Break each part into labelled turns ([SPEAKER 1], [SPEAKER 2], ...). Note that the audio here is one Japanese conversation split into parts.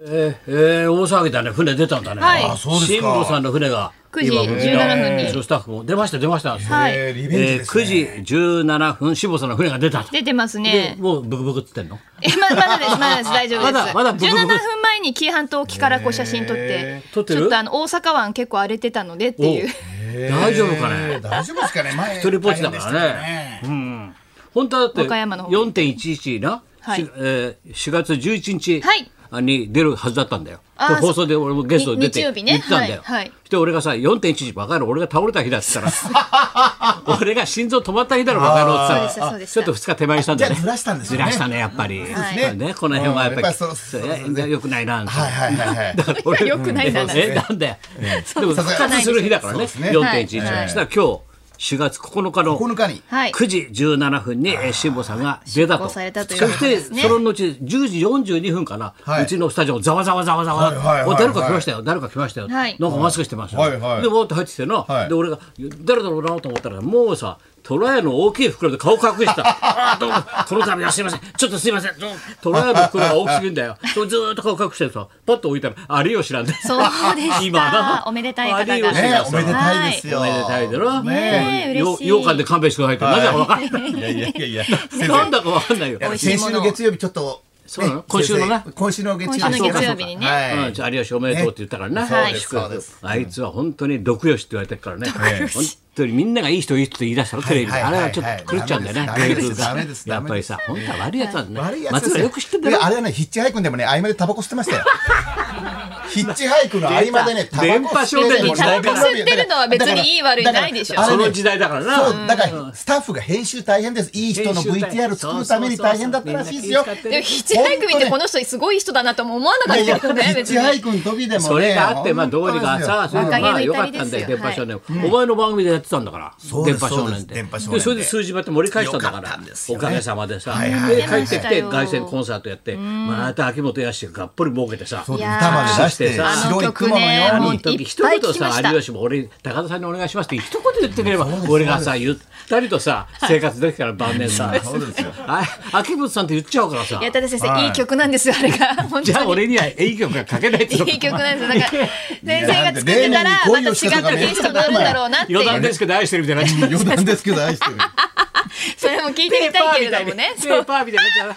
[SPEAKER 1] えー、えー、大騒ぎだね船出たんだね、
[SPEAKER 2] はい
[SPEAKER 1] あ
[SPEAKER 2] そう
[SPEAKER 3] ですか
[SPEAKER 1] 辛坊さんの船が
[SPEAKER 2] 9時
[SPEAKER 1] 今うち
[SPEAKER 2] 17分に
[SPEAKER 1] うちのスタッフも出ました出ました、
[SPEAKER 2] はい
[SPEAKER 3] えー、リベンジ
[SPEAKER 1] えー、
[SPEAKER 3] です、ね。
[SPEAKER 1] 9時17分辛坊さんの船が出たと
[SPEAKER 2] 出てます
[SPEAKER 1] で
[SPEAKER 2] ね。
[SPEAKER 1] もうブクブクっつってんの
[SPEAKER 2] えままだですまだです大丈夫で
[SPEAKER 1] ま
[SPEAKER 2] す。
[SPEAKER 1] だまだブクブ
[SPEAKER 2] 17
[SPEAKER 1] ク
[SPEAKER 2] 分前に紀伊半島沖からこう写真撮って
[SPEAKER 3] へ、
[SPEAKER 1] 撮ってる
[SPEAKER 2] ちょっとあの大阪湾結構荒れてたのでっていう。
[SPEAKER 3] えー
[SPEAKER 1] 大丈夫かね
[SPEAKER 3] 大丈夫ですか ね。前
[SPEAKER 1] 一人ぼっちだからね
[SPEAKER 3] 大変でしたよね
[SPEAKER 1] 本当はだって
[SPEAKER 2] 和歌山の方に
[SPEAKER 1] 4.11な、
[SPEAKER 2] はい
[SPEAKER 1] しえー、4月11日
[SPEAKER 2] はい
[SPEAKER 1] に出るはずだったんだよ、
[SPEAKER 2] あー
[SPEAKER 1] で放送で俺もゲストで出て
[SPEAKER 2] に日曜日ね
[SPEAKER 1] 行ったんだよ、
[SPEAKER 2] はいはい
[SPEAKER 1] して俺がさ4.11バカ野郎俺が倒れた日だっつったら 俺が心臓止まった日だろバカ野郎っつ
[SPEAKER 2] そうで
[SPEAKER 1] っ
[SPEAKER 2] したた
[SPEAKER 1] らちょ
[SPEAKER 2] そうでした
[SPEAKER 1] っと2日手前にしたんだね
[SPEAKER 3] じゃあずらしたんですよね
[SPEAKER 1] ずらしたねやっぱり、
[SPEAKER 2] い
[SPEAKER 1] そうねこの辺はやっぱり
[SPEAKER 3] うんやっぱそうそうそうそう
[SPEAKER 1] よくないな
[SPEAKER 3] はいはいは いはい。
[SPEAKER 1] 俺
[SPEAKER 2] 良く ないななんて
[SPEAKER 1] えなんだよ。でも復活する日だからね。
[SPEAKER 3] そうですね
[SPEAKER 1] 4.11
[SPEAKER 2] は
[SPEAKER 1] はいしたら今日4月9日の
[SPEAKER 3] 9日に。
[SPEAKER 2] はい。
[SPEAKER 1] 9時17分にえー辛坊さんが出たと。
[SPEAKER 2] 執行されたという
[SPEAKER 1] そ
[SPEAKER 2] ことで
[SPEAKER 1] して
[SPEAKER 2] すね
[SPEAKER 1] その後10時42分から
[SPEAKER 3] はいう
[SPEAKER 1] ちのスタジオざわざわざわざ
[SPEAKER 3] はいはいはい
[SPEAKER 1] わ。
[SPEAKER 3] はい
[SPEAKER 1] お誰か来ましたよ誰か来ましたよ。
[SPEAKER 2] は
[SPEAKER 1] ないんかマスクしてました
[SPEAKER 3] はい
[SPEAKER 1] よ。
[SPEAKER 3] はい
[SPEAKER 1] でもって入ってきてな
[SPEAKER 3] はい。
[SPEAKER 1] で俺が誰だろうなと思ったらもうさ。トラヤの大きい袋で顔隠してた。あーどうもこの度はすいません。ちょっとすいません。どうもトラヤの袋が大きすぎんだよ。それずーっと顔隠してさ、パッと置いたら有吉なんで。
[SPEAKER 2] そうでした
[SPEAKER 1] 今な
[SPEAKER 2] おめでたい方が
[SPEAKER 1] 有吉
[SPEAKER 3] ね
[SPEAKER 1] が
[SPEAKER 3] お
[SPEAKER 1] さ
[SPEAKER 3] めでたいですよ。
[SPEAKER 1] おめでたいだろ。
[SPEAKER 2] ねえ
[SPEAKER 1] よ
[SPEAKER 2] 嬉しい
[SPEAKER 1] 羊羹で勘弁してくださいって。なぜかわからない。
[SPEAKER 3] いやいやい やいや。先生
[SPEAKER 1] なんだかわかんないよ。
[SPEAKER 2] 味しい
[SPEAKER 3] 先週の月曜日ちょっと。
[SPEAKER 1] そうなの
[SPEAKER 3] ね
[SPEAKER 1] 今週のな
[SPEAKER 3] 先生今週の月曜
[SPEAKER 2] 今
[SPEAKER 3] 日。
[SPEAKER 2] 週の月曜日にね
[SPEAKER 3] はい
[SPEAKER 1] うん、じゃあ有吉おめでとうって言ったからな、
[SPEAKER 3] ね
[SPEAKER 2] はい
[SPEAKER 1] 祝福
[SPEAKER 3] そうですそうで
[SPEAKER 1] あ
[SPEAKER 3] す
[SPEAKER 1] いつは本当に毒よしって言われてるからね、
[SPEAKER 3] 毒
[SPEAKER 1] 本当にみんながいい人いい人って言い出したのテレビで、
[SPEAKER 3] はいはい
[SPEAKER 1] あれはちょっと狂っちゃうんだよね、
[SPEAKER 3] はいはい
[SPEAKER 1] 芸風
[SPEAKER 3] ダメです
[SPEAKER 1] や
[SPEAKER 3] ダ
[SPEAKER 1] っ
[SPEAKER 3] メ
[SPEAKER 1] ぱ
[SPEAKER 3] で
[SPEAKER 1] り
[SPEAKER 3] す
[SPEAKER 1] さ本当は悪いやつなんだね、
[SPEAKER 3] 悪いやつ
[SPEAKER 1] 松
[SPEAKER 3] です
[SPEAKER 1] 村
[SPEAKER 3] よ
[SPEAKER 1] よく知ってんだ
[SPEAKER 3] い
[SPEAKER 1] よ
[SPEAKER 3] やあれはねヒッチハイクでもね合間でタバコ吸って ましたよヒッチハイクの合間でねタバコ吸って
[SPEAKER 1] 電波商店の時代から
[SPEAKER 2] タバコ吸ってるのは別にいい悪いないでしょ
[SPEAKER 3] だから
[SPEAKER 1] そ
[SPEAKER 3] あれ
[SPEAKER 1] の
[SPEAKER 3] ね
[SPEAKER 1] 時代だからな、
[SPEAKER 3] そうだからスタッフが編集大変ですいい人
[SPEAKER 1] 編
[SPEAKER 3] の
[SPEAKER 1] 集大変
[SPEAKER 3] VTR 作るために大変だったらしいですよ
[SPEAKER 1] そうそうそう
[SPEAKER 2] でもヒッチハイク見てこの人すごい人だなとも思わなか
[SPEAKER 3] い
[SPEAKER 2] っ
[SPEAKER 3] やいや
[SPEAKER 2] た
[SPEAKER 3] ヒ
[SPEAKER 2] よね
[SPEAKER 3] ッ
[SPEAKER 2] 別
[SPEAKER 3] チハイ
[SPEAKER 2] に。
[SPEAKER 3] クの時でも
[SPEAKER 1] それ
[SPEAKER 3] ね
[SPEAKER 1] があってまあどうにかさそれ
[SPEAKER 3] 本当
[SPEAKER 1] で
[SPEAKER 3] ですよ
[SPEAKER 1] まあよかったんだよ
[SPEAKER 2] 若気の至り
[SPEAKER 1] 電
[SPEAKER 2] ですよ
[SPEAKER 1] 波少年、お前の番組でやってたんだから、
[SPEAKER 3] そうで
[SPEAKER 1] 電
[SPEAKER 3] す
[SPEAKER 1] 波少年
[SPEAKER 3] そうです電波少年
[SPEAKER 1] で
[SPEAKER 3] で
[SPEAKER 1] それで数字また盛り返したんだから
[SPEAKER 3] よかったんですよ
[SPEAKER 1] お
[SPEAKER 3] ね
[SPEAKER 1] かげさまでさ、
[SPEAKER 3] はいはい
[SPEAKER 1] で帰ってき
[SPEAKER 2] 出ました
[SPEAKER 1] て
[SPEAKER 2] よ
[SPEAKER 1] 凱旋コンサートやってまた秋元康ががっぽり儲けてさ
[SPEAKER 3] そう
[SPEAKER 2] い
[SPEAKER 3] です
[SPEAKER 2] やー
[SPEAKER 3] 歌まで出して
[SPEAKER 1] あの
[SPEAKER 3] 白い雲のよ
[SPEAKER 2] 曲ね
[SPEAKER 3] う
[SPEAKER 2] もう
[SPEAKER 3] に
[SPEAKER 1] いい時
[SPEAKER 2] いっ
[SPEAKER 1] 一
[SPEAKER 2] ぱい聞
[SPEAKER 1] 言
[SPEAKER 2] きま
[SPEAKER 1] さ
[SPEAKER 2] した
[SPEAKER 1] 有吉も俺高田さんにお願いしますって一言言ってくれれば俺がさゆったりとさ生活できたら晩年さ
[SPEAKER 3] そうで すよ
[SPEAKER 1] あ秋元さんって言っちゃうからさ
[SPEAKER 2] やたで先
[SPEAKER 3] は
[SPEAKER 2] 生
[SPEAKER 3] い
[SPEAKER 2] いい曲なんですよあれが本
[SPEAKER 1] じゃあ
[SPEAKER 2] 当に。
[SPEAKER 1] 俺には影響がかけないって こと
[SPEAKER 2] いい曲なんですよ。なんか先生が作ってたら
[SPEAKER 3] な
[SPEAKER 2] ま
[SPEAKER 3] んで恋
[SPEAKER 2] た違
[SPEAKER 3] を
[SPEAKER 2] っ
[SPEAKER 3] したとか
[SPEAKER 2] た
[SPEAKER 3] ね
[SPEAKER 2] ゲストになるんだろうなってい
[SPEAKER 1] 余談
[SPEAKER 2] う。
[SPEAKER 1] ですけど愛してるみたいな
[SPEAKER 3] 余談ですけど愛 してる
[SPEAKER 2] それも聞いてみたいけれどもね。そう。
[SPEAKER 1] パーみたいになっ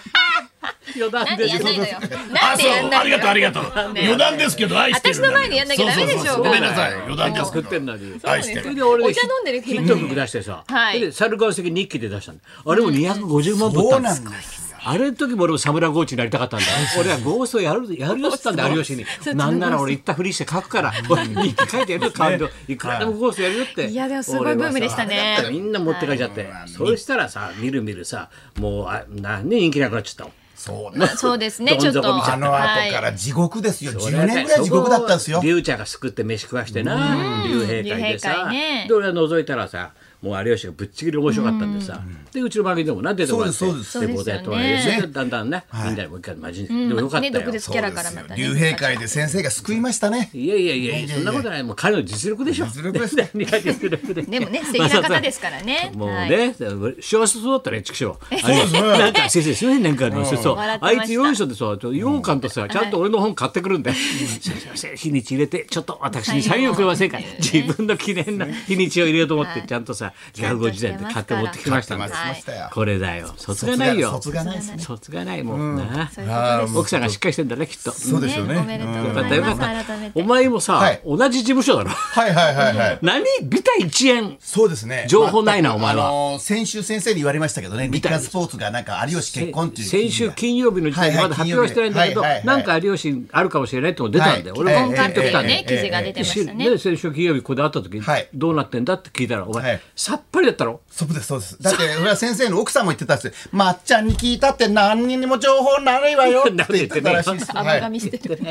[SPEAKER 1] ちゃう。
[SPEAKER 2] な
[SPEAKER 1] なん
[SPEAKER 2] でやんないのよ。なんでやんな
[SPEAKER 4] あ
[SPEAKER 2] いのよ。
[SPEAKER 4] りがとうありがとう余談ですけど愛してる
[SPEAKER 2] 私の前でやんなきゃダメでしょ
[SPEAKER 4] そ
[SPEAKER 2] う
[SPEAKER 4] うそうそうごめんなさい余談です
[SPEAKER 1] 作
[SPEAKER 4] け
[SPEAKER 1] ってん
[SPEAKER 4] ど
[SPEAKER 1] のに。
[SPEAKER 4] 愛して
[SPEAKER 2] そ
[SPEAKER 4] る
[SPEAKER 1] それ
[SPEAKER 2] うです
[SPEAKER 1] で俺
[SPEAKER 2] お茶飲んでる
[SPEAKER 1] ヒ
[SPEAKER 2] 暇
[SPEAKER 1] ット曲出してさ、
[SPEAKER 2] はい
[SPEAKER 1] で猿岩石日記で出したんだあれも250万部売ったんだ
[SPEAKER 3] そうなんです
[SPEAKER 1] あれの時も俺もサムラゴーチになりたかったんだ俺はゴーストやるやるよって言ったんだ有吉になんなら俺行ったふりして書くから俺日記書いてやるよ感動いくらでもゴーストやるよって
[SPEAKER 2] いやでもすごいブームでしたね
[SPEAKER 1] 俺はさみんな持って帰っちゃって、そうしたらさみるみるさもうあ何人気なくなっちゃったの
[SPEAKER 3] そうね
[SPEAKER 2] そうですね。
[SPEAKER 1] ど
[SPEAKER 2] ち
[SPEAKER 1] ん
[SPEAKER 2] ょっ
[SPEAKER 1] 底見
[SPEAKER 2] と
[SPEAKER 1] ちゃ
[SPEAKER 3] あの後か
[SPEAKER 2] は
[SPEAKER 3] ら地獄ですよ
[SPEAKER 1] 俺は
[SPEAKER 3] 10
[SPEAKER 1] ね
[SPEAKER 3] 年ぐらい地獄だったんですよ
[SPEAKER 1] そこを竜ちゃんが救って飯食わしてな竜兵会で
[SPEAKER 2] 竜兵
[SPEAKER 1] さ、
[SPEAKER 2] 会ね
[SPEAKER 1] で俺は覗いたらさもう有吉がぶっちぎり面白かったんでさでうちの番組でもな出てもらって
[SPEAKER 3] そうです
[SPEAKER 2] そうです
[SPEAKER 1] レポートやってもら
[SPEAKER 2] そうですよ
[SPEAKER 1] っ
[SPEAKER 2] ね
[SPEAKER 1] てだんだんねみんなでもう一回マジででもよかった
[SPEAKER 2] ね
[SPEAKER 1] よ
[SPEAKER 2] 毒ですキャラからまたね
[SPEAKER 3] 竜兵会で先生が救いましたね
[SPEAKER 1] いやいやいやそんなことないもう彼の実力でしょ
[SPEAKER 3] 実力です
[SPEAKER 1] 何が実力で
[SPEAKER 2] い。でもね素敵な方ですからね。
[SPEAKER 1] もう
[SPEAKER 2] はい
[SPEAKER 1] ね、幸せそうだったね、畜生。そう
[SPEAKER 3] ですね
[SPEAKER 1] なんか先生、すみません、なんかあの、そうそう、
[SPEAKER 2] 笑って
[SPEAKER 1] あ
[SPEAKER 2] ました
[SPEAKER 1] いつよいしょでさ、ようかんとさ、ちゃんと俺の本買ってくるんで。先生、日にち入れて、ちょっと私にサインをくれませんか。自分の記念の日にちを入れようと思って、
[SPEAKER 2] はい
[SPEAKER 1] ちゃんとさ、ギャグ時代で買って持ってきましたん
[SPEAKER 3] 買っ
[SPEAKER 1] で
[SPEAKER 3] て。ましたよ
[SPEAKER 1] これだよ、卒がないよ。
[SPEAKER 3] 卒がないですね
[SPEAKER 1] 卒がないもんな。
[SPEAKER 2] そういうことです。
[SPEAKER 1] 奥さんがしっかりしてんだね、きっと。
[SPEAKER 3] そうですよね
[SPEAKER 2] おめでとう
[SPEAKER 1] よ
[SPEAKER 2] ご
[SPEAKER 1] かっ
[SPEAKER 2] ざ
[SPEAKER 1] た、
[SPEAKER 2] い
[SPEAKER 1] よか
[SPEAKER 2] ま
[SPEAKER 1] っ
[SPEAKER 2] す。
[SPEAKER 1] た
[SPEAKER 2] 改め。
[SPEAKER 1] お
[SPEAKER 2] て。
[SPEAKER 1] 前も
[SPEAKER 3] は
[SPEAKER 1] さ
[SPEAKER 3] い、
[SPEAKER 1] 同じ事務所だろ。
[SPEAKER 3] はいはいはいはい
[SPEAKER 1] 何、 ビタ一円。
[SPEAKER 3] そうですね。
[SPEAKER 1] 情報ないなお前は
[SPEAKER 3] あのー先週先生に言われましたけどね、日刊スポーツがなんか有吉結婚っていう。
[SPEAKER 1] 先週金曜日の時点で
[SPEAKER 3] はい
[SPEAKER 1] ま
[SPEAKER 3] はい
[SPEAKER 1] だ発表してないんだけど、
[SPEAKER 3] 金曜日はいはい
[SPEAKER 1] なんか有吉あるかもしれないってのが出たんで、
[SPEAKER 3] はい
[SPEAKER 1] 俺も
[SPEAKER 2] 本
[SPEAKER 1] 聞い
[SPEAKER 2] 格
[SPEAKER 1] て
[SPEAKER 2] 的
[SPEAKER 1] きたん
[SPEAKER 2] に
[SPEAKER 1] で、
[SPEAKER 2] ね
[SPEAKER 3] ええ
[SPEAKER 2] 記事が出てましたね
[SPEAKER 1] で。先週金曜日ここで会った時、
[SPEAKER 3] はい
[SPEAKER 1] どうなってんだって聞いたら、お前、
[SPEAKER 3] はい
[SPEAKER 1] さっぱりだったろ
[SPEAKER 3] そうですそうです。だって俺は先生の奥さんも言ってたんですよ。まっちゃんに聞いたって何にも情報ないわよって言ってたらしいです。
[SPEAKER 2] 甘
[SPEAKER 3] はい
[SPEAKER 2] 噛みしてる。
[SPEAKER 1] そ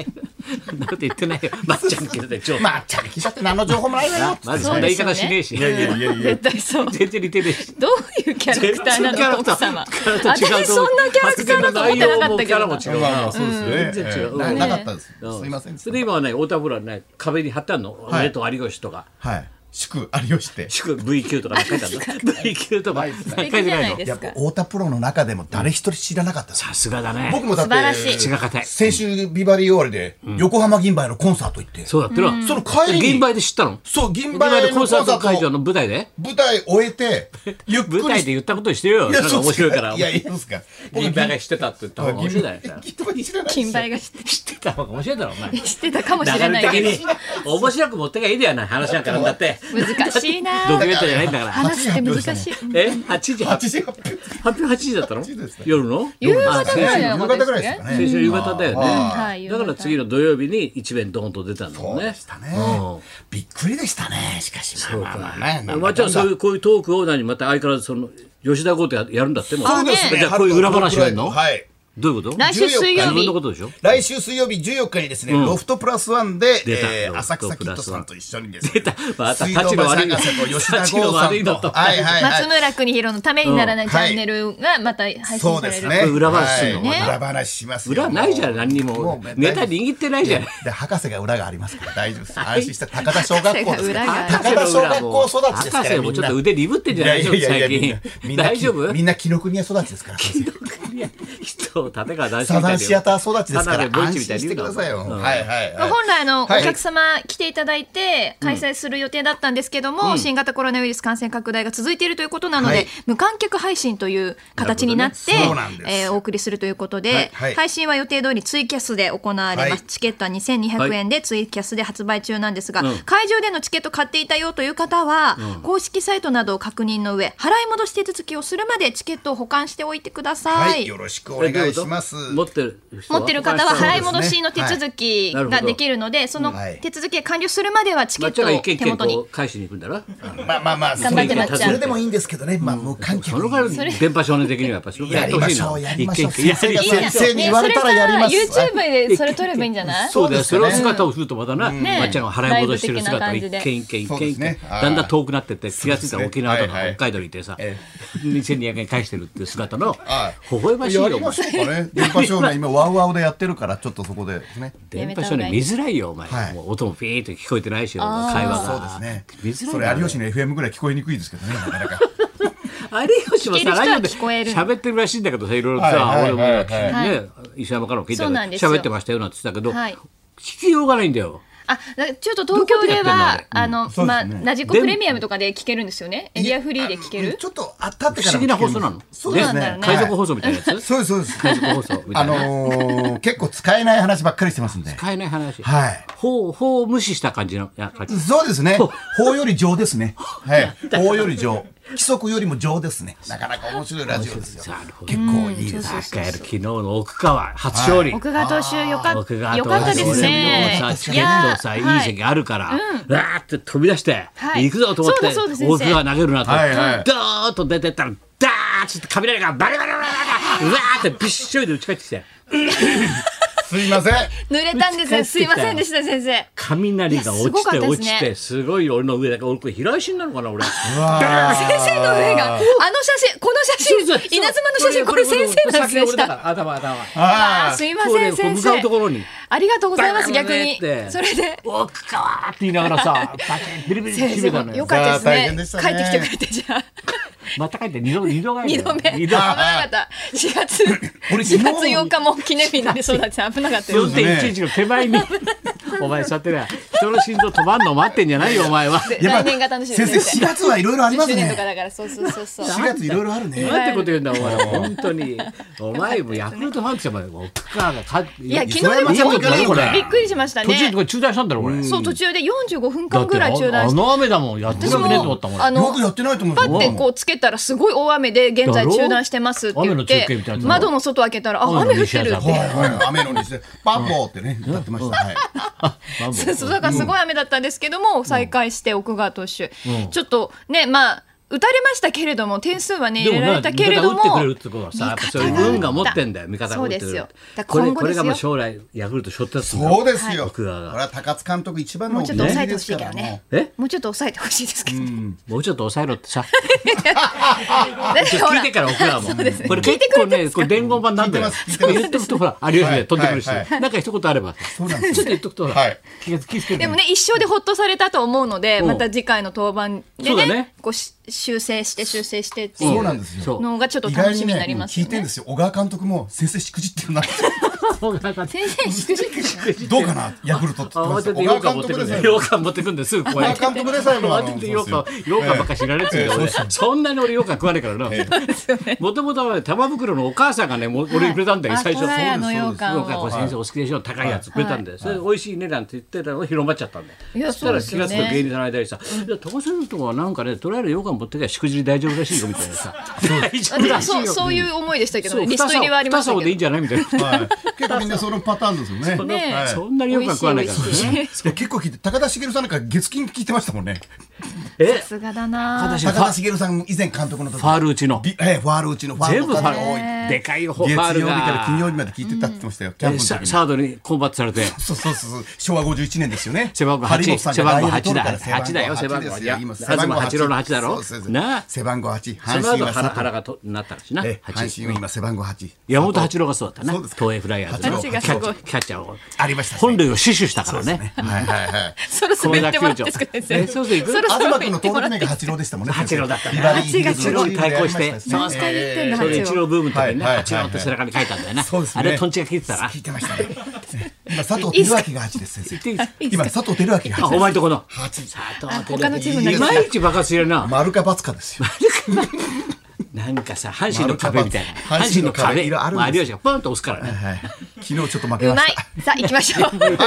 [SPEAKER 1] んなこと言ってない よ、まっちゃん聞いてちょ、
[SPEAKER 3] まっちゃんに聞いたって何の情報もないわよっ
[SPEAKER 1] まず
[SPEAKER 3] て。
[SPEAKER 1] そんな言い方しねえし、
[SPEAKER 3] いやい
[SPEAKER 2] 絶対そう。
[SPEAKER 1] 全然似てねえし。
[SPEAKER 2] どういうキャラクターなの奥様。私そんなキャラクターだと思ってなかったけどな。
[SPEAKER 1] 違うな
[SPEAKER 3] そうですね
[SPEAKER 1] 全然違う
[SPEAKER 3] えーななかったです。すいません。
[SPEAKER 1] それで今はね太田プロはね壁に貼ってあるの、俺と有吉とか
[SPEAKER 3] はい。祝有吉って
[SPEAKER 1] 祝 VQ とかなんか書いてあ るの ?VQ とかなんか書いて
[SPEAKER 2] じゃ
[SPEAKER 1] な
[SPEAKER 2] ないい
[SPEAKER 1] の
[SPEAKER 2] ですか。
[SPEAKER 3] 太田プロの中でも誰一人知らなかったです
[SPEAKER 1] さすがだね。
[SPEAKER 3] 僕もだっ
[SPEAKER 2] 素晴らしてい
[SPEAKER 1] 口が硬い。
[SPEAKER 3] 先週ビバリー終わりで横浜銀杯のコンサート行って
[SPEAKER 1] そうだってな。
[SPEAKER 3] その帰りに
[SPEAKER 1] 銀杯で知ったの
[SPEAKER 3] そう銀
[SPEAKER 1] 銀
[SPEAKER 3] 杯
[SPEAKER 1] 杯
[SPEAKER 3] の
[SPEAKER 1] で
[SPEAKER 3] コ
[SPEAKER 1] コ
[SPEAKER 3] ン
[SPEAKER 1] ン
[SPEAKER 3] サ
[SPEAKER 1] サ
[SPEAKER 3] ー
[SPEAKER 1] ー
[SPEAKER 3] ト
[SPEAKER 1] ト会
[SPEAKER 3] 会場
[SPEAKER 1] 場
[SPEAKER 3] の
[SPEAKER 1] の舞台で
[SPEAKER 3] 舞台終えてゆっくり
[SPEAKER 1] 舞台で言ったことにしてよ。
[SPEAKER 3] いや
[SPEAKER 1] なん
[SPEAKER 3] そ
[SPEAKER 1] か
[SPEAKER 3] うで
[SPEAKER 1] 面
[SPEAKER 3] す
[SPEAKER 1] 白いから。
[SPEAKER 3] いやいいですか
[SPEAKER 1] 銀杯が知ってたって言った方が面白いだろ。
[SPEAKER 3] 銀杯知らないですよ
[SPEAKER 2] 金杯が知って
[SPEAKER 1] 知ってた方が面白いだろ、お前。
[SPEAKER 2] 知ってたかもしれ
[SPEAKER 1] 流
[SPEAKER 2] な
[SPEAKER 1] れ
[SPEAKER 2] い
[SPEAKER 1] 的
[SPEAKER 2] けど
[SPEAKER 1] に面白く持ってきゃいいではない話なんかなんだ って
[SPEAKER 2] 難しいな
[SPEAKER 1] ドキュメントじゃないんだから
[SPEAKER 2] 話って難しい。
[SPEAKER 1] え8時
[SPEAKER 3] 8
[SPEAKER 1] 8
[SPEAKER 3] 時8分
[SPEAKER 1] 時8時だったの
[SPEAKER 3] 時ですね
[SPEAKER 1] 夜の
[SPEAKER 2] 夕方ぐらい
[SPEAKER 3] 夕
[SPEAKER 2] の
[SPEAKER 3] 方
[SPEAKER 2] こと
[SPEAKER 3] ぐ
[SPEAKER 2] で
[SPEAKER 3] ら
[SPEAKER 2] す
[SPEAKER 3] いで
[SPEAKER 2] ね。
[SPEAKER 3] すか
[SPEAKER 1] 先
[SPEAKER 3] ね
[SPEAKER 1] 週夕方だよね
[SPEAKER 2] はい、
[SPEAKER 1] だから次の土曜日に一弁ドーンと出たんだもんね
[SPEAKER 3] そうでしたね
[SPEAKER 1] うん
[SPEAKER 3] びっくりでしたねしかし
[SPEAKER 1] そう
[SPEAKER 3] まあま
[SPEAKER 1] か
[SPEAKER 3] あまあねなんだかんだ
[SPEAKER 1] まあちゃんそういうこういうトークを何また相変わらずその吉田豪ってやるんだっても
[SPEAKER 3] そうですね
[SPEAKER 1] じゃあこういう裏話があるの
[SPEAKER 3] はい
[SPEAKER 1] どういうこと
[SPEAKER 2] 来週水曜
[SPEAKER 1] 自分のこ
[SPEAKER 2] 日。
[SPEAKER 1] とでしょ
[SPEAKER 3] 来週水曜日14日にですね、ロフトプラスワンで、
[SPEAKER 1] 出た
[SPEAKER 3] えー
[SPEAKER 1] ロフ
[SPEAKER 3] 浅
[SPEAKER 1] トプラスワン
[SPEAKER 3] 草キッドさんと一緒にですね、
[SPEAKER 1] 出たまた
[SPEAKER 3] 水道
[SPEAKER 1] 立ちの
[SPEAKER 3] 橋
[SPEAKER 1] 悪い
[SPEAKER 3] 博士と吉田
[SPEAKER 1] 立ちの
[SPEAKER 3] 剛さ
[SPEAKER 1] 悪いの
[SPEAKER 3] ん
[SPEAKER 1] と
[SPEAKER 3] と、はいはいはい
[SPEAKER 2] 松、村邦弘のためにならないチャンネルがまた配信さ
[SPEAKER 3] そうで
[SPEAKER 2] れ
[SPEAKER 3] す
[SPEAKER 2] る。
[SPEAKER 3] ね。
[SPEAKER 1] これ裏話するの
[SPEAKER 3] はい
[SPEAKER 2] ね
[SPEAKER 3] 裏話しますよ。
[SPEAKER 1] 裏ないじゃん何にも
[SPEAKER 3] う
[SPEAKER 1] ネタ握ってないじゃん
[SPEAKER 3] で博士が裏がありますから大丈夫です。安心した高田小学校ですから。
[SPEAKER 2] 博
[SPEAKER 3] 高田小学校育ちですから。
[SPEAKER 1] 博士もちょっと
[SPEAKER 3] みんな
[SPEAKER 1] 腕鈍ってんじゃないい
[SPEAKER 3] や
[SPEAKER 1] で
[SPEAKER 3] い
[SPEAKER 1] しょ
[SPEAKER 3] やいや
[SPEAKER 1] 最
[SPEAKER 3] み
[SPEAKER 1] 近
[SPEAKER 3] んなみんな
[SPEAKER 1] 大丈夫
[SPEAKER 3] みんな紀ノ国屋育ちですから。
[SPEAKER 1] いや人を立川男子みたい
[SPEAKER 3] サ
[SPEAKER 1] に
[SPEAKER 3] ザンシアター育ちですから
[SPEAKER 1] 田辺ボイ
[SPEAKER 3] 安
[SPEAKER 1] チみたいに言う
[SPEAKER 3] 心してく
[SPEAKER 1] な
[SPEAKER 3] ださいよ。
[SPEAKER 1] うん
[SPEAKER 3] はいはいはい。
[SPEAKER 2] 本来あのお
[SPEAKER 3] はい
[SPEAKER 2] 客様来ていただいて開催する予定だったんですけども、新型コロナウイルス感染拡大が続いているということなので、
[SPEAKER 3] はい
[SPEAKER 2] 無観客配信という形になって
[SPEAKER 3] なるほどねそうなんです
[SPEAKER 2] えーお送りするということで、
[SPEAKER 3] はいはい
[SPEAKER 2] 配信は予定通りツイキャスで行われます、
[SPEAKER 3] はい
[SPEAKER 2] チケットは2200円でツイキャスで発売中なんですが、
[SPEAKER 1] うん
[SPEAKER 2] 会場でのチケット買っていたよという方は、公式サイトなどを確認の上払い戻し手続きをするまでチケットを保管しておいてくださ
[SPEAKER 3] はいいよろしくお願いします。
[SPEAKER 1] 持ってる人
[SPEAKER 2] 持ってる方は払い戻
[SPEAKER 3] そうです
[SPEAKER 2] し
[SPEAKER 3] ね
[SPEAKER 2] の手続き
[SPEAKER 1] はいな
[SPEAKER 2] が
[SPEAKER 1] るほど
[SPEAKER 2] できるので、その
[SPEAKER 3] はい
[SPEAKER 2] 手続きが完了するまではチケ
[SPEAKER 1] ま
[SPEAKER 2] ッ
[SPEAKER 1] っちゃ
[SPEAKER 2] ト
[SPEAKER 1] んが
[SPEAKER 2] を
[SPEAKER 1] 一軒
[SPEAKER 2] 手
[SPEAKER 1] 一軒
[SPEAKER 2] 元
[SPEAKER 1] こ
[SPEAKER 2] に
[SPEAKER 1] う。返しに行くんだな
[SPEAKER 3] まあまあまあそ
[SPEAKER 2] 頑張ってなっちゃう
[SPEAKER 3] れでもいいんですけどね。まあ無観客
[SPEAKER 1] そのぐらいの電波少年的にはやっぱすごくやってほしいな
[SPEAKER 3] やりましょうやりましょう
[SPEAKER 1] 一軒一軒
[SPEAKER 3] 先生が
[SPEAKER 1] いやい
[SPEAKER 2] いいじ
[SPEAKER 1] や
[SPEAKER 2] ゃん
[SPEAKER 3] 先生に言われたらやります
[SPEAKER 2] ねそれさ YouTube でそれ撮ればいいんじゃない
[SPEAKER 1] そうだよそ
[SPEAKER 3] そう
[SPEAKER 1] れ
[SPEAKER 3] で
[SPEAKER 1] を
[SPEAKER 3] すね
[SPEAKER 1] 姿をするとまたな、
[SPEAKER 2] ね
[SPEAKER 1] まっちゃんが払い戻してる姿を
[SPEAKER 2] ライブ
[SPEAKER 1] 一
[SPEAKER 2] 的な感じ
[SPEAKER 1] 軒
[SPEAKER 2] で
[SPEAKER 1] 一軒一
[SPEAKER 3] そう
[SPEAKER 1] 軒
[SPEAKER 3] で
[SPEAKER 1] 一
[SPEAKER 3] すね
[SPEAKER 1] 軒
[SPEAKER 3] はい
[SPEAKER 1] だんだん遠くなってって気がついたら沖縄とか
[SPEAKER 3] はいはい
[SPEAKER 1] 北海道にいてさ
[SPEAKER 3] え
[SPEAKER 1] 2200円返してるっていう姿の
[SPEAKER 3] はい
[SPEAKER 1] 微笑ましい
[SPEAKER 3] や
[SPEAKER 1] よ
[SPEAKER 3] り
[SPEAKER 1] お前
[SPEAKER 3] ましょうかね。電波少年今ワウワウでやってるからちょっとそこでね。
[SPEAKER 1] 電波少年見づらいよお前、
[SPEAKER 3] はい
[SPEAKER 1] もう音もピーンと聞こえてないしお前会話が
[SPEAKER 3] そうですね。
[SPEAKER 1] 見づらい
[SPEAKER 3] そ
[SPEAKER 1] な
[SPEAKER 3] れ有吉の FM ぐらい聞こえにくいですけどね。なかなか。
[SPEAKER 1] 有吉もさラジオで
[SPEAKER 2] 聞こえる人は聞こえる
[SPEAKER 1] 喋ってるらしいんだけどさいろいろさ、
[SPEAKER 3] はいはいはいはい
[SPEAKER 1] 俺も
[SPEAKER 2] は
[SPEAKER 1] ね、石山からも聞いた
[SPEAKER 2] そう
[SPEAKER 1] けど
[SPEAKER 2] なんですよ
[SPEAKER 1] 喋ってましたよなんて言ってたけど、
[SPEAKER 2] はい
[SPEAKER 1] 聞きようがないんだよ
[SPEAKER 2] あ、だからちょっと東京ではあの
[SPEAKER 3] そうで
[SPEAKER 2] ますあ
[SPEAKER 3] ね
[SPEAKER 2] ラジコプレミアムとかで聞けるんですよね。エリアフリーで聞け
[SPEAKER 3] あ
[SPEAKER 2] る。
[SPEAKER 3] ちょっとあったって
[SPEAKER 1] 不
[SPEAKER 3] から
[SPEAKER 1] 思議な放送なの
[SPEAKER 3] そうです
[SPEAKER 2] そうな
[SPEAKER 3] ね
[SPEAKER 2] んだ
[SPEAKER 1] 海
[SPEAKER 2] よね
[SPEAKER 1] 賊放送みたいなやつ、
[SPEAKER 3] そうですそうです
[SPEAKER 1] 海賊放送みた
[SPEAKER 3] あ
[SPEAKER 1] いな、
[SPEAKER 3] のー、結構使えない話ばっかりしてますんで
[SPEAKER 1] 使えない話、
[SPEAKER 3] はい
[SPEAKER 1] 法を法を無視した感じのいや感じ
[SPEAKER 3] そうですね法より情ですねはい法より情規則よりも情ですねなかなか面白いラジオですよ
[SPEAKER 1] なるほど
[SPEAKER 3] 結構いいです
[SPEAKER 1] なんかやる昨日の奥川初勝利、
[SPEAKER 2] 奥川投手よか
[SPEAKER 1] 奥
[SPEAKER 2] った
[SPEAKER 1] 川
[SPEAKER 2] よかったですね
[SPEAKER 1] さチ。
[SPEAKER 2] い
[SPEAKER 1] ケッ
[SPEAKER 2] や
[SPEAKER 1] トさいい
[SPEAKER 2] ー、
[SPEAKER 1] 席あるから、わーって飛び出して、
[SPEAKER 2] はい
[SPEAKER 1] 行くぞと思って
[SPEAKER 2] そうだそうだ
[SPEAKER 1] 大川投げるなと、
[SPEAKER 3] はいはい
[SPEAKER 1] ドーッと出てったらダーッて雷がバリバリバリバリうわーってびっしょりで打ち返ってきて
[SPEAKER 3] すいません
[SPEAKER 2] 濡れたんですね。すいませんでした先生。
[SPEAKER 1] 雷が落ちて
[SPEAKER 2] いやすごかったです
[SPEAKER 1] 落
[SPEAKER 2] ね
[SPEAKER 1] ちてすごい俺の上だけ俺これ平石になるのかな俺。
[SPEAKER 2] 先生の上があの写真この写真稲妻の写真これ先生なんですね
[SPEAKER 1] 先俺
[SPEAKER 2] 下
[SPEAKER 1] だから頭頭。
[SPEAKER 2] あーすいま
[SPEAKER 1] こ
[SPEAKER 2] せ
[SPEAKER 1] れ
[SPEAKER 2] ん先
[SPEAKER 1] 向かうところ
[SPEAKER 2] 生
[SPEAKER 1] に。
[SPEAKER 2] ありがとうございます
[SPEAKER 1] バカ
[SPEAKER 2] 逆
[SPEAKER 1] だね
[SPEAKER 2] に
[SPEAKER 1] って
[SPEAKER 2] それで
[SPEAKER 1] 奥川って言いながらさ、バチンビリビリ
[SPEAKER 2] 先
[SPEAKER 1] 決め
[SPEAKER 2] 生
[SPEAKER 1] た
[SPEAKER 2] も
[SPEAKER 1] の
[SPEAKER 2] よ
[SPEAKER 1] よ。
[SPEAKER 2] かった
[SPEAKER 3] いやー大変で
[SPEAKER 2] で
[SPEAKER 3] し
[SPEAKER 2] す
[SPEAKER 3] た
[SPEAKER 2] ね
[SPEAKER 3] ね
[SPEAKER 2] 帰ってきてくれてじゃあ
[SPEAKER 1] また帰って二度二度帰り
[SPEAKER 2] 二
[SPEAKER 1] だ
[SPEAKER 2] 度
[SPEAKER 1] よ
[SPEAKER 2] 目
[SPEAKER 1] 二
[SPEAKER 2] 危
[SPEAKER 1] 度
[SPEAKER 2] なかった4月
[SPEAKER 3] 俺
[SPEAKER 2] 4月8日も記念日になりそうだって危なかったよ
[SPEAKER 1] 四点一一の手前に、お前そうやってね、人の心臓止まんの待ってんじゃないよお前は。
[SPEAKER 2] 来年が楽しみで
[SPEAKER 3] 先生
[SPEAKER 2] す
[SPEAKER 3] 4
[SPEAKER 2] ね
[SPEAKER 3] 月はいろいろありま
[SPEAKER 2] 10
[SPEAKER 3] す
[SPEAKER 2] 周年とか
[SPEAKER 3] ね
[SPEAKER 2] だからそうそうそうそう
[SPEAKER 3] 4月いろいろあるね
[SPEAKER 1] なんてこと言うんだお前本当に。お前もヤクルトファンクションまで奥川が勝って。
[SPEAKER 2] いや昨日で
[SPEAKER 3] 磯
[SPEAKER 2] も
[SPEAKER 3] 山ち
[SPEAKER 2] ちょ
[SPEAKER 3] ゃんも
[SPEAKER 2] っ
[SPEAKER 3] 行かない
[SPEAKER 2] と
[SPEAKER 3] これ
[SPEAKER 2] びっくりしました
[SPEAKER 1] 途中
[SPEAKER 2] ね
[SPEAKER 1] でこれ中断したんだろこれ。
[SPEAKER 2] そう途中で45分
[SPEAKER 1] だ
[SPEAKER 2] 間
[SPEAKER 1] って
[SPEAKER 2] ぐらい中断
[SPEAKER 1] あ
[SPEAKER 2] し
[SPEAKER 1] あ
[SPEAKER 2] て
[SPEAKER 1] の雨だもんやってな
[SPEAKER 2] 私
[SPEAKER 1] くねえと思ったもん
[SPEAKER 2] もあ
[SPEAKER 1] 俺。
[SPEAKER 3] よ
[SPEAKER 2] の
[SPEAKER 3] くやってないと思うん
[SPEAKER 2] パってこ
[SPEAKER 3] う
[SPEAKER 2] うつけたらすごい大雨で現在中断してますって言っ
[SPEAKER 1] だろ雨の中継み
[SPEAKER 2] て
[SPEAKER 1] たいなやつ
[SPEAKER 2] 窓の外開けたらあ雨降ってるっ
[SPEAKER 1] 雨の西矢
[SPEAKER 2] て。
[SPEAKER 3] はいはい雨の日でパンポーってね歌ってましたはい
[SPEAKER 1] まあもう
[SPEAKER 2] そうだからすごい雨だったんですけども再開して奥川投手、ちょっとねまあ打たれましたけれども点数はね
[SPEAKER 1] で
[SPEAKER 2] 入
[SPEAKER 1] も
[SPEAKER 2] れられ
[SPEAKER 1] な
[SPEAKER 2] たけれ
[SPEAKER 1] 味
[SPEAKER 2] ど
[SPEAKER 1] 方
[SPEAKER 2] も
[SPEAKER 1] が打ってくれるってことはさやっぱそういう運が持
[SPEAKER 2] 味方
[SPEAKER 1] ってんだよ味方が打ってく
[SPEAKER 2] そう
[SPEAKER 1] れ
[SPEAKER 2] ですよ
[SPEAKER 1] る
[SPEAKER 2] だか
[SPEAKER 1] こ
[SPEAKER 2] ら
[SPEAKER 1] れ
[SPEAKER 2] 今後
[SPEAKER 1] これ
[SPEAKER 2] です
[SPEAKER 1] が
[SPEAKER 2] よ
[SPEAKER 1] もう将来ヤクルトしょってつんだ
[SPEAKER 3] そうです
[SPEAKER 1] はい
[SPEAKER 3] よ。こ
[SPEAKER 1] 僕
[SPEAKER 3] れ
[SPEAKER 1] らが
[SPEAKER 3] は高津監督一番
[SPEAKER 2] も
[SPEAKER 3] の
[SPEAKER 2] うちょっと抑えて
[SPEAKER 3] で
[SPEAKER 2] ほ
[SPEAKER 3] す
[SPEAKER 2] しいけどね
[SPEAKER 1] え
[SPEAKER 2] もうちょっと抑えてほしい ですけど、
[SPEAKER 1] もうちょっと抑えろってさ
[SPEAKER 2] だってほ
[SPEAKER 1] 聞
[SPEAKER 2] ら
[SPEAKER 1] いてから送らも
[SPEAKER 2] そうですね
[SPEAKER 1] これ結構ねこれ伝言版なんだよ
[SPEAKER 3] 聞いてます聞いてます
[SPEAKER 1] 言っとくとほら有吉
[SPEAKER 3] は
[SPEAKER 1] で
[SPEAKER 3] い
[SPEAKER 1] 飛んでくるし
[SPEAKER 3] はいは
[SPEAKER 1] なんか一言あれば
[SPEAKER 3] そうなんです
[SPEAKER 1] ちょっと言
[SPEAKER 3] よ
[SPEAKER 1] っとくとほ
[SPEAKER 3] は
[SPEAKER 1] ら
[SPEAKER 3] い
[SPEAKER 1] 気が気付け
[SPEAKER 2] でも
[SPEAKER 1] ね
[SPEAKER 2] ね一生でほっとされたと思うので
[SPEAKER 1] うん
[SPEAKER 2] また次回の登板で
[SPEAKER 1] そうだ
[SPEAKER 2] ね
[SPEAKER 1] ね
[SPEAKER 2] こうし修正して修正してってい
[SPEAKER 3] そう
[SPEAKER 2] う
[SPEAKER 3] なんですよ。
[SPEAKER 1] そう
[SPEAKER 2] のがちょっと
[SPEAKER 3] 意
[SPEAKER 2] 楽
[SPEAKER 3] 外
[SPEAKER 2] し
[SPEAKER 3] に
[SPEAKER 2] みに
[SPEAKER 3] ね
[SPEAKER 2] なり、ます
[SPEAKER 3] 聞い
[SPEAKER 2] よ
[SPEAKER 3] て
[SPEAKER 2] ね
[SPEAKER 3] んですよ。小川監督も先生しくじってるなって。
[SPEAKER 1] そうなんか
[SPEAKER 2] 先生しくじってる
[SPEAKER 3] どうかなヤクルトって言って
[SPEAKER 1] 慌
[SPEAKER 3] ます
[SPEAKER 1] て
[SPEAKER 3] よ。
[SPEAKER 1] て
[SPEAKER 3] 小
[SPEAKER 1] 羊
[SPEAKER 3] 川
[SPEAKER 1] 羹
[SPEAKER 3] 監
[SPEAKER 1] 持ってく
[SPEAKER 3] 督で
[SPEAKER 1] る
[SPEAKER 3] す
[SPEAKER 1] んだ
[SPEAKER 3] よ
[SPEAKER 1] よ。羊羹持ってくんだよすぐ怖い
[SPEAKER 3] 小川監督でさえもあの
[SPEAKER 1] 慌てて
[SPEAKER 3] そう
[SPEAKER 1] 羊
[SPEAKER 3] ですよ
[SPEAKER 1] 羹羊羹ばっか知られてるんだよ
[SPEAKER 3] ええ
[SPEAKER 1] 俺そんなに俺羊羹食わねえからなもともとは玉袋のお母さんがねもう俺にくれたんだよ
[SPEAKER 2] はい
[SPEAKER 1] 最初
[SPEAKER 2] あトラヤの羊
[SPEAKER 1] そう
[SPEAKER 2] 羹を
[SPEAKER 1] ですそうです羊これ先生お好きでしょ高いやつくれたんだよそれで美味しいねなんて言ってたのが広まっちゃったんだよ
[SPEAKER 2] いや
[SPEAKER 1] そしたら
[SPEAKER 2] そ
[SPEAKER 1] 気
[SPEAKER 2] うで
[SPEAKER 1] が
[SPEAKER 2] す
[SPEAKER 1] つ
[SPEAKER 2] よ
[SPEAKER 1] く
[SPEAKER 2] ね
[SPEAKER 1] と芸人さんの間でさ「いや飛ばせるとこはなんかねとりあえず羊羹持ってきゃしくじり大丈夫らしいよ」みたいなさ大丈夫らしい
[SPEAKER 2] そう
[SPEAKER 1] よ
[SPEAKER 2] そういう思いでしたけど
[SPEAKER 1] そう
[SPEAKER 2] ねリスト入りはありました
[SPEAKER 1] 二竿
[SPEAKER 2] けど
[SPEAKER 1] でいいんじゃないみたいな
[SPEAKER 3] はい結構みんなそのパターンですよね。
[SPEAKER 2] ね
[SPEAKER 3] はい
[SPEAKER 1] そんなに羊羹食わないから
[SPEAKER 2] 美味しい美味しい
[SPEAKER 1] ね
[SPEAKER 3] いや結構聞いて高田茂さんなんか月金聞いてましたもんね。
[SPEAKER 1] え
[SPEAKER 2] さすがだな
[SPEAKER 1] 私フ
[SPEAKER 3] 高田
[SPEAKER 1] ァ
[SPEAKER 3] 茂さんも以前監督の時
[SPEAKER 1] ファールうちの
[SPEAKER 3] ビええファールうちのファール
[SPEAKER 1] 全
[SPEAKER 3] の
[SPEAKER 1] 部フ
[SPEAKER 3] 数
[SPEAKER 1] ァ
[SPEAKER 3] が
[SPEAKER 1] ー
[SPEAKER 3] 多い。
[SPEAKER 1] ルでかいよファ
[SPEAKER 3] 月
[SPEAKER 1] ール
[SPEAKER 3] 曜日から
[SPEAKER 1] が
[SPEAKER 3] 金曜日まで聞いてたって言ってましたよ。キャンプ
[SPEAKER 1] で
[SPEAKER 3] の
[SPEAKER 1] サ
[SPEAKER 3] 時に。
[SPEAKER 1] サードにコンバットさ れて
[SPEAKER 3] そうそうそう昭和51年ですよね。
[SPEAKER 1] 背番号
[SPEAKER 3] 張本さんが
[SPEAKER 1] 背番号
[SPEAKER 3] ライオン取るから
[SPEAKER 1] 八だ八だよ
[SPEAKER 3] 背番号
[SPEAKER 1] 背番号
[SPEAKER 3] ですよ
[SPEAKER 1] いや
[SPEAKER 3] 今
[SPEAKER 1] 東八郎の八だろ
[SPEAKER 3] そうそうそう
[SPEAKER 1] なあ
[SPEAKER 3] 背番号八。
[SPEAKER 1] そ
[SPEAKER 3] 阪
[SPEAKER 1] の
[SPEAKER 3] 神
[SPEAKER 1] 後
[SPEAKER 3] は
[SPEAKER 1] 原
[SPEAKER 3] 佐
[SPEAKER 1] 原
[SPEAKER 3] 藤。
[SPEAKER 1] がとなったらしな
[SPEAKER 3] ええ
[SPEAKER 1] 八
[SPEAKER 3] 阪神は今背番号八。
[SPEAKER 1] 山本八郎がそうだったな
[SPEAKER 3] そうですか
[SPEAKER 1] 東映フライヤーズの
[SPEAKER 2] 八
[SPEAKER 1] キ
[SPEAKER 2] 郎
[SPEAKER 1] ャッチ
[SPEAKER 2] がすごい
[SPEAKER 1] キャッチャーを
[SPEAKER 3] ありましたね。
[SPEAKER 1] 本塁を死守したから
[SPEAKER 3] ね。
[SPEAKER 1] ね
[SPEAKER 3] はいはいはい。
[SPEAKER 2] そろそろ言ってもらって
[SPEAKER 1] 小
[SPEAKER 2] く
[SPEAKER 1] 枝
[SPEAKER 2] だ
[SPEAKER 1] 球場え
[SPEAKER 2] さい
[SPEAKER 1] そう そう行く
[SPEAKER 2] そろそろ
[SPEAKER 3] 東
[SPEAKER 2] 言っ
[SPEAKER 3] 区の
[SPEAKER 2] て
[SPEAKER 3] 登
[SPEAKER 2] もらって
[SPEAKER 3] 録名が八郎でしたもんね。
[SPEAKER 1] 八郎だった
[SPEAKER 3] ビバリーヒルズの
[SPEAKER 1] 八郎に対抗して
[SPEAKER 3] チームでやりまた
[SPEAKER 2] そう
[SPEAKER 3] ね
[SPEAKER 2] そ
[SPEAKER 1] それ
[SPEAKER 2] う言ってんだ八郎
[SPEAKER 1] 一郎ブームの時にね
[SPEAKER 3] はいはいはい
[SPEAKER 1] 八郎って背中に書いたんだよな
[SPEAKER 3] そうですね
[SPEAKER 1] あれトンチが効いてたな
[SPEAKER 3] 聞いてましたね。今佐藤輝明が八です先生。今佐藤輝明
[SPEAKER 1] あ
[SPEAKER 3] が
[SPEAKER 1] お
[SPEAKER 3] 八。
[SPEAKER 1] 前んとこの
[SPEAKER 3] 八。
[SPEAKER 2] 他のチームになり
[SPEAKER 1] い
[SPEAKER 2] ま
[SPEAKER 1] ま
[SPEAKER 2] し
[SPEAKER 1] いち爆発してるな
[SPEAKER 3] 丸か×かですよ。
[SPEAKER 1] なんかさ阪神の壁みたいな
[SPEAKER 3] 丸
[SPEAKER 1] 阪
[SPEAKER 3] 太
[SPEAKER 1] 神の
[SPEAKER 3] 阪神の壁
[SPEAKER 1] 壁
[SPEAKER 3] いろいろあるんですよ
[SPEAKER 1] まあ有吉がポンと押すからね
[SPEAKER 3] はい。昨日ちょっと負
[SPEAKER 2] た
[SPEAKER 3] け
[SPEAKER 2] う
[SPEAKER 3] ま
[SPEAKER 2] ま
[SPEAKER 3] し
[SPEAKER 2] い
[SPEAKER 3] た。
[SPEAKER 2] さあ行きましょううまいさ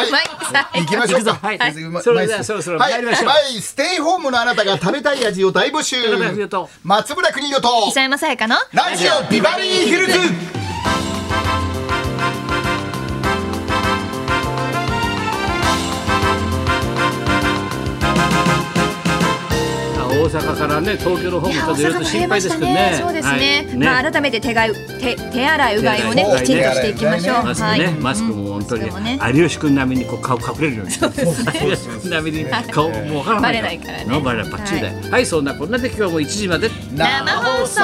[SPEAKER 2] あ
[SPEAKER 3] 行きましょうか。
[SPEAKER 1] はい
[SPEAKER 3] 先生うま
[SPEAKER 1] それでは
[SPEAKER 3] うまいっす
[SPEAKER 1] そろそろ
[SPEAKER 3] はい
[SPEAKER 1] 参りましょう
[SPEAKER 3] はい、ステイホームのあなたが食べたい味を大募集
[SPEAKER 1] 北村邦夫と。
[SPEAKER 3] 松村邦洋と。
[SPEAKER 2] 磯山さやかの
[SPEAKER 3] ラジオビバリーヒルズ。
[SPEAKER 1] あ大阪からね東京の方も
[SPEAKER 2] い
[SPEAKER 1] ち
[SPEAKER 2] や
[SPEAKER 1] ょ
[SPEAKER 2] 大
[SPEAKER 1] っといろいろ
[SPEAKER 2] 阪
[SPEAKER 1] と
[SPEAKER 2] も増え
[SPEAKER 1] 心
[SPEAKER 2] ま
[SPEAKER 1] 配で
[SPEAKER 2] した
[SPEAKER 1] すけど
[SPEAKER 2] ね
[SPEAKER 1] ね。
[SPEAKER 2] そうですね
[SPEAKER 1] はい
[SPEAKER 2] まあ改めて手がい手手洗いうがいをね
[SPEAKER 1] 手洗い
[SPEAKER 2] きちんとしていきましょう
[SPEAKER 3] 手洗いうがいね
[SPEAKER 1] マスクね、マスク
[SPEAKER 2] はい
[SPEAKER 1] も本当に、
[SPEAKER 2] マスクもね
[SPEAKER 1] 有吉君並みにこう顔隠れるように有吉君 並みに顔もうわからない
[SPEAKER 2] バレないからね
[SPEAKER 1] ノーバレないバッチリだよはい、そんなこんなで今日も1時まで
[SPEAKER 2] 生放送